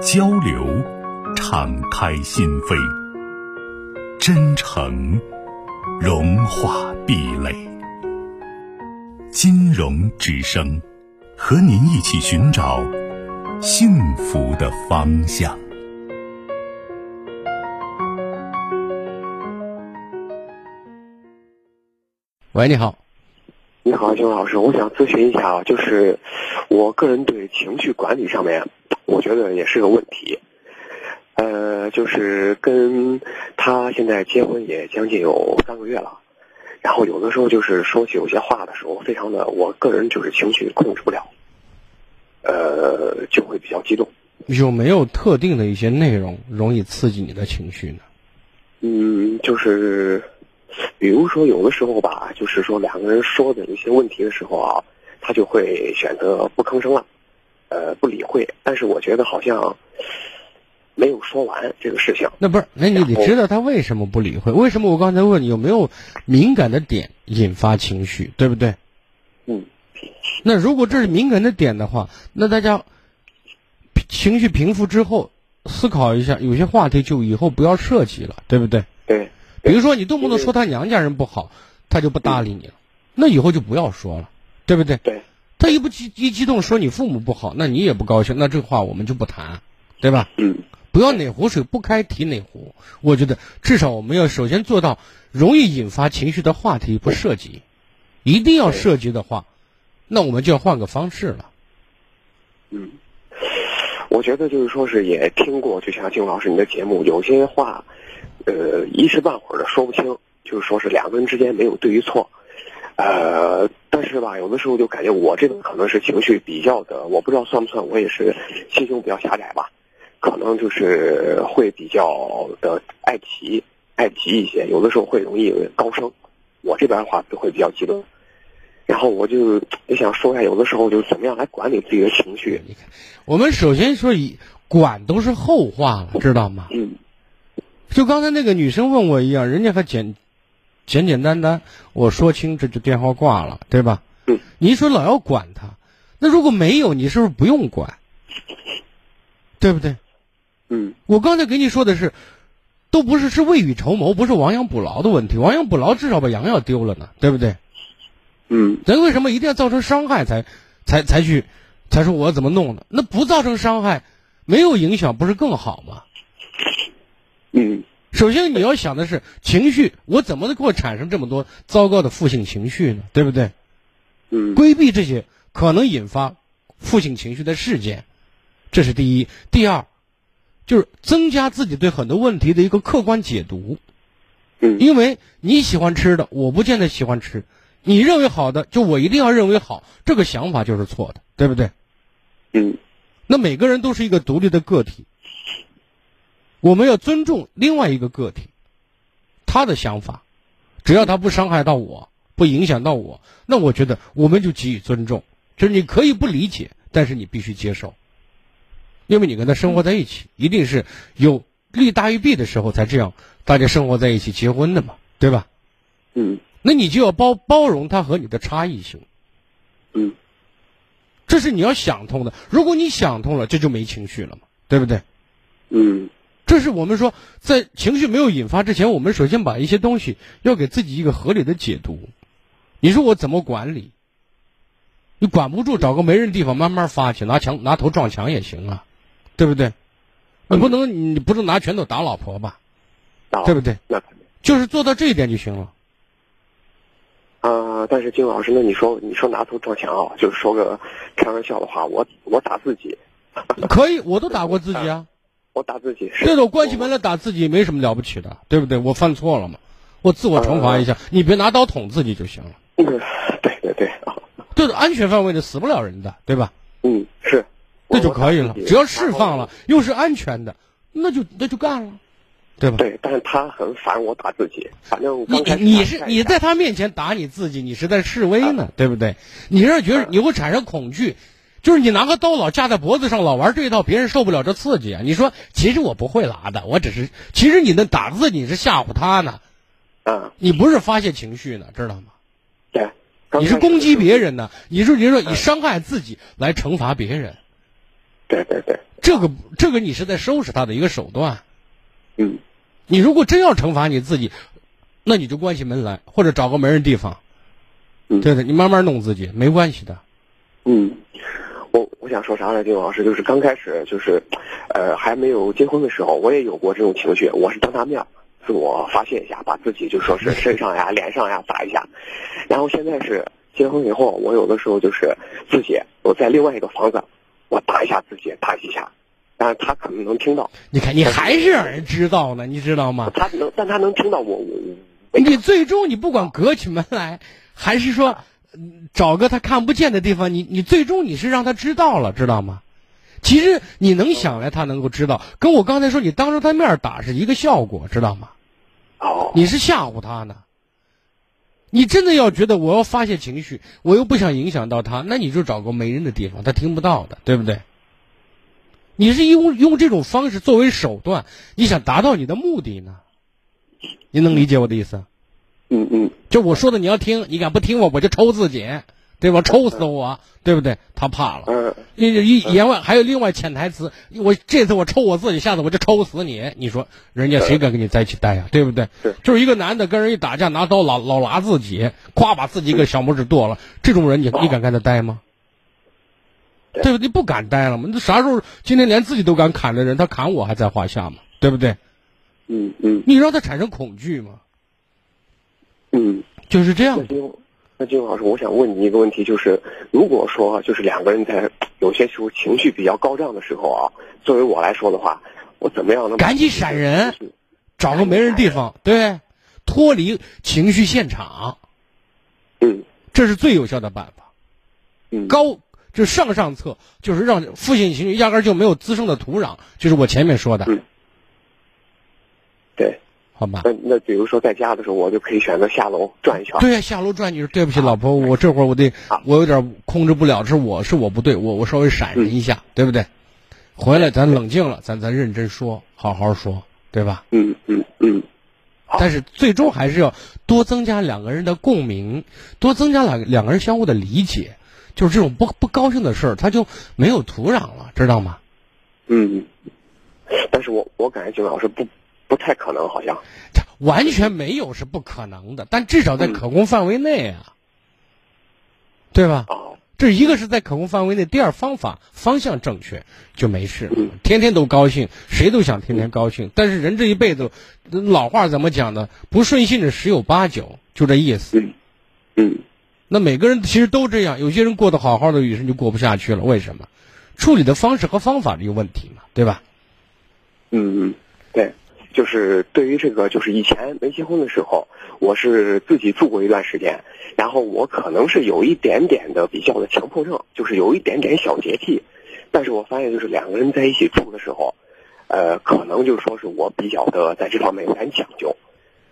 交流，敞开心扉；真诚，融化壁垒。金融之声，和您一起寻找幸福的方向。喂，你好，你好，金老师，我想咨询一下啊，就是我个人对情绪管理上面，我觉得也是个问题。呃，就是跟他现在结婚也将近有三个月了，然后有的时候就是说起有些话的时候，非常的，我个人就是情绪控制不了，呃，就会比较激动。有没有特定的一些内容容易刺激你的情绪呢？嗯，就是比如说有的时候吧，就是说两个人说的一些问题的时候啊，他就会选择不吭声了，呃，不理会。但是我觉得好像没有说完这个事情。那不是，那你然后得知道他为什么不理会，为什么我刚才问你有没有敏感的点引发情绪，对不对？嗯，那如果这是敏感的点的话，那大家情绪平复之后，思考一下，有些话题就以后不要涉及了，对不对？对，比如说你动不动说他娘家人不好，他就不搭理你了，那以后就不要说了，对不对？对，他一不激一激动说你父母不好，那你也不高兴，那这话我们就不谈，对吧？嗯，不要哪壶水不开提哪壶。我觉得至少我们要首先做到容易引发情绪的话题不涉及，一定要涉及的话，那我们就要换个方式了。嗯我觉得就是说是也听过，就像金老师你的节目，有些话，呃，一时半会儿的说不清，就是说是两个人之间没有对与错，呃，但是吧，有的时候就感觉我这个可能是情绪比较的，我不知道算不算，我也是心胸比较狭窄吧，可能就是会比较的爱急，爱急一些，有的时候会容易高升，我这边的话就会比较激动。然后我就也想说一下，有的时候就是怎么样来管理自己的情绪。我们首先说以管都是后话了，知道吗？嗯就刚才那个女生问我一样，人家还简简简单单，我说清这就电话挂了，对吧？嗯。你一说老要管他，那如果没有，你是不是不用管？对不对？嗯我刚才给你说的是，都不是是未雨绸缪，不是亡羊补牢的问题。亡羊补牢至少把羊要丢了呢，对不对？嗯。人为什么一定要造成伤害才才才去才说我怎么弄的？那不造成伤害，没有影响，不是更好吗？嗯首先你要想的是情绪，我怎么能给我产生这么多糟糕的负性情绪呢？对不对？嗯规避这些可能引发负性情绪的事件，这是第一。第二，就是增加自己对很多问题的一个客观解读。嗯因为你喜欢吃的，我不见得喜欢吃；你认为好的，就我一定要认为好，这个想法就是错的，对不对？嗯那每个人都是一个独立的个体，我们要尊重另外一个个体，他的想法，只要他不伤害到我，不影响到我，那我觉得我们就给予尊重。就是你可以不理解，但是你必须接受，因为你跟他生活在一起，一定是有利大于弊的时候才这样，大家生活在一起结婚的嘛，对吧？嗯那你就要包包容他和你的差异性。嗯这是你要想通的。如果你想通了，这就没情绪了嘛，对不对？嗯这是我们说，在情绪没有引发之前，我们首先把一些东西要给自己一个合理的解读。你说我怎么管理？你管不住，找个没人地方慢慢发去，拿墙拿头撞墙也行啊，对不对？你不能，你不能拿拳头打老婆吧，啊，对不对？那肯定就是做到这一点就行了。啊。但是金老师，那你说你说拿头撞墙啊，就是说个开玩笑的话，我我打自己，可以，我都打过自己啊，我打自己是对的，我关起门来打自己也没什么了不起的，对不对？我犯错了嘛，我自我惩罚一下，你别拿刀捅自己就行了。嗯对对对啊，对的，安全范围内死不了人的，对吧？嗯是，我那就可以了我打自。己只要释放了，又是安全的，那就那就干了，对吧？对，但是他很烦我打自己，反正你刚啊开始你打是一你下在他面前打你自己，你是在示威呢，对不对？你让觉得你会产生恐惧，就是你拿个刀老架在脖子上，老玩这一套，别人受不了这刺激啊！你说，其实我不会拿的，我只是，其实你那打自己是吓唬他呢，啊，你不是发泄情绪呢，知道吗？对，刚嗯你是开始攻击就别人呢，你是你说以伤害自己来惩罚别人，对对对，这个这个你是在收拾他的一个手段。嗯，你如果真要惩罚你自己，那你就关起门来，或者找个没人地方，嗯对的，你慢慢弄自己，没关系的。嗯，我我想说啥呢，金勇老师，就是刚开始就是，呃，还没有结婚的时候，我也有过这种情绪，我是当他面儿自我发泄一下，把自己就说是身上呀、 脸上呀打一下，然后现在是结婚以后，我有的时候就是自己我在另外一个房子，我打一下自己，打几下，但是他可能能听到，你看，你还是让人知道呢，你知道吗？他能，但他能听到我我我你最终你不管隔起门来，还是说嗯找个他看不见的地方，你你最终你是让他知道了，知道吗？其实你能想来，他能够知道，跟我刚才说你当着他面儿打是一个效果，知道吗？哦，你是吓唬他呢。你真的要觉得我要发泄情绪，我又不想影响到他，那你就找个没人的地方，他听不到的，对不对？你是用用这种方式作为手段，你想达到你的目的呢？您能理解我的意思？啊嗯嗯，就我说的，你要听，你敢不听我，我就抽自己，对吧？抽死我，对不对？他怕了。嗯，一一言外还有另外潜台词，我这次我抽我自己，下次我就抽死你。你说人家谁敢跟你在一起待呀、对不对是？就是一个男的跟人一打架，拿刀老老拉自己，夸把自己一个小拇指剁了，这种人你你敢跟他待吗？哦对对不对？你不敢待了吗？你啥时候今天连自己都敢砍的人，他砍我还在话下吗？对不对？嗯嗯你让他产生恐惧吗？嗯，就是这样那。金那金勇老师，我想问你一个问题，就是如果说啊就是两个人在有些时候情绪比较高涨的时候啊，作为我来说的话，我怎么样能把赶紧闪人情绪？找个没人地方，对，脱离情绪现场，嗯这是最有效的办法。嗯，高就上上策，就是让负性情绪压根儿就没有滋生的土壤，就是我前面说的，嗯对。好吧？那那比如说在家的时候，我就可以选择下楼转一圈。对呀、下楼转你说对不起，老婆，我这会儿我得嗯好，我有点控制不了，是我是我不对，我我稍微闪嗯人一下，对不对？回来咱冷静了，咱咱认真说，好好说，对吧？嗯嗯嗯好但是最终还是要多增加两个人的共鸣，多增加两两个人相互的理解，就是这种不不高兴的事儿，它就没有土壤了，知道吗？嗯。但是我我感觉金勇老师不不太可能，好像它完全没有是不可能的，但至少在可控范围内啊，对吧？哦这一个是在可控范围内，第二方法方向正确就没事了。天天都高兴，谁都想天天高兴，但是人这一辈子，老话怎么讲呢？不顺心的十有八九，就这意思。嗯嗯那每个人其实都这样，有些人过得好好的，有些人就过不下去了。为什么？处理的方式和方法有问题嘛，对吧？嗯，嗯，对，就是对于这个，就是以前没结婚的时候，我是自己住过一段时间，然后我可能是有一点点的比较的强迫症，就是有一点点小洁癖，但是我发现就是两个人在一起住的时候，呃，可能就是说是我比较的在这方面有点讲究，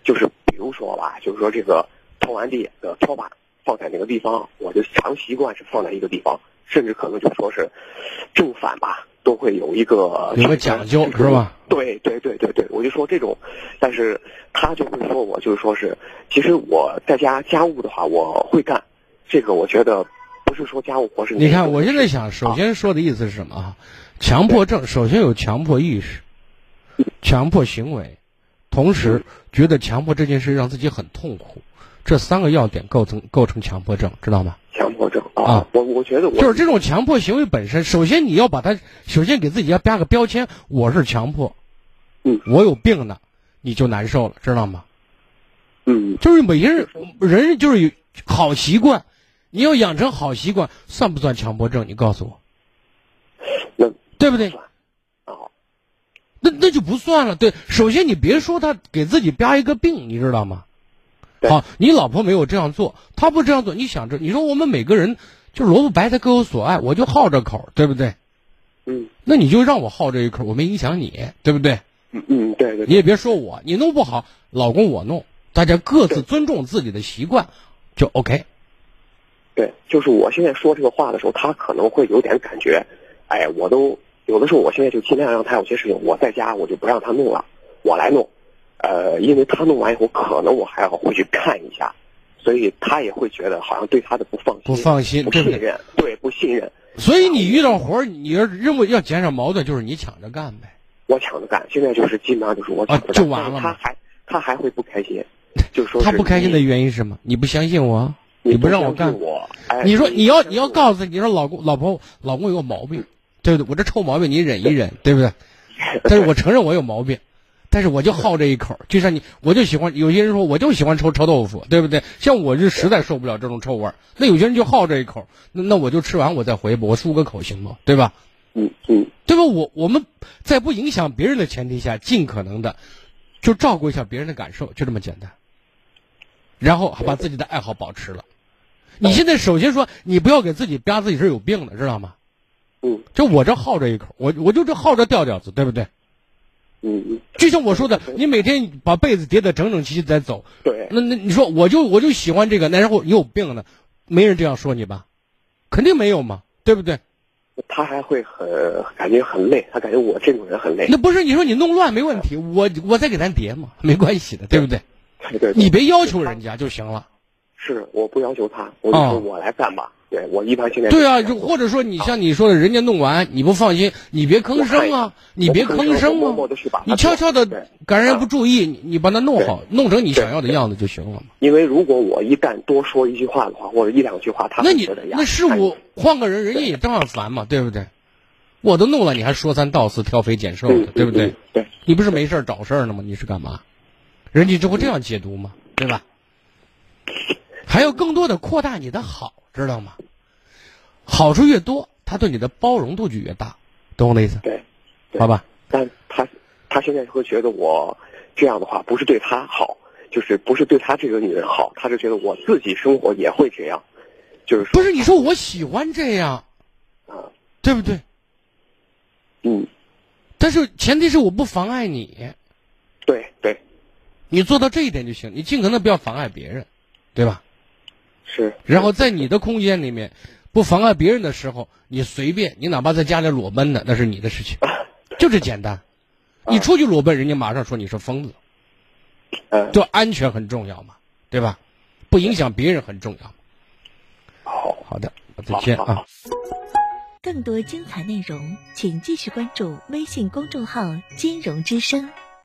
就是比如说吧，就是说这个拖完地呃拖把放在哪个地方，我就常习惯是放在一个地方，甚至可能就说是正反吧，都会有一个有个讲究是吧？对对对对对，我就说这种，但是他就会说我就是说是，其实我在家家务的话我会干，这个我觉得不是说家务活是你看，哪种我现在想，首先说的意思是什么啊？强迫症首先有强迫意识、强迫行为，同时觉得强迫这件事让自己很痛苦，这三个要点构成构成强迫症，知道吗？强迫症啊，啊我我觉得我就是这种强迫行为本身，首先你要把它，首先给自己要标个标签，我是强迫，嗯我有病呢，你就难受了，知道吗？嗯就是每个人人就是有好习惯，你要养成好习惯，算不算强迫症？你告诉我，那对不对？啊那那就不算了。对，首先你别说他给自己标一个病，你知道吗？对好，你老婆没有这样做，她不这样做，你想着，你说我们每个人就萝卜白菜各有所爱，我就好这口，对不对？那你就让我好这一口，我没影响你，对不对？嗯嗯，对对你对，也别说我，你弄不好，老公我弄，大家各自尊重自己的习惯，就 OK。对，就是我现在说这个话的时候，他可能会有点感觉，哎，我都有的时候，我现在就尽量让他有些事情，我在家我就不让他弄了，我来弄，呃，因为他弄完以后，可能我还要回去看一下，所以他也会觉得好像对他的不放心，不放心不对信不对任，对，不信任，所以你遇到活儿，你要认为要减少矛盾，就是你抢着干呗。我抢着干，现在就是基本上就是我抢着干，啊就完了吗但是他还他还会不开 心，就说是他不开心的你原因是什么？你不相信我，啊你不让我相干信。我，哎，你说你要你要告。告诉他你说老公老婆老公有毛病，对不对？我这臭毛病你忍一忍，对不对？ 但是我承认我有毛病，但是我就好这一口，就像你，我就喜欢有些人说我就喜欢臭臭豆腐，对不对？像我就实在受不了这种臭味儿，那有些人就好这一口，那那我就吃完我再回吧，我漱个口行吗？对吧？嗯嗯，对吧？我我们在不影响别人的前提下，尽可能的就照顾一下别人的感受，就这么简单。然后把自己的爱好保持了。你现在首先说，你不要给自己吧自己是有病的，知道吗？嗯就我这好这一口，我我就这好这调调子，对不对？嗯嗯，就像我说的，你每天把被子叠得整整齐齐再走，对，那那你说我就我就喜欢这个，那然后你有病呢？没人这样说你吧？肯定没有嘛，对不对？他还会很感觉很累，他感觉我这种人很累。 那不是你说你弄乱没问题，我我再给咱叠嘛， 没关系的，对不对？对对，对你别要求人家就行了。是我不要求他，我就说哦我来干吧。对我一般现在对啊，就或者说你像你说的，人家弄完你不放心，你别吭声啊，你别吭我声默默啊地去把，它你悄悄的做对赶人家不注意，你你把它弄好，弄成你想要的样子就行了嘛。因为如果我一旦多说一句话的话，或者一两句话，他那会你觉得呀，那是哎我换个人，人家也照样烦嘛，对不对？我都弄了，你还说三道四、挑肥拣瘦嗯的，对不嗯对？对你不是没事儿找事儿呢吗？你是干嘛？人家就会这样解读嘛，对吧？还要更多的扩大你的好，知道吗？好处越多，他对你的包容度就越大，懂我的意思？对，对好吧？但他他现在会觉得我这样的话不是对他好，就是不是对他这个女人好，他就觉得我自己生活也会这样，就是说不是你说我喜欢这样，啊，对不对？嗯，但是前提是我不妨碍你，对对你做到这一点就行，你尽可能不要妨碍别人，对吧？是，然后在你的空间里面，不妨碍别人的时候，你随便，你哪怕在家里裸奔的，那是你的事 情，就这简单。啊你出去裸奔，人家马上说你是疯子，嗯，就安全很重要嘛，对吧？不影响别人很重要。好。好的，再见好好啊好。更多精彩内容，请继续关注微信公众号“金融之声”。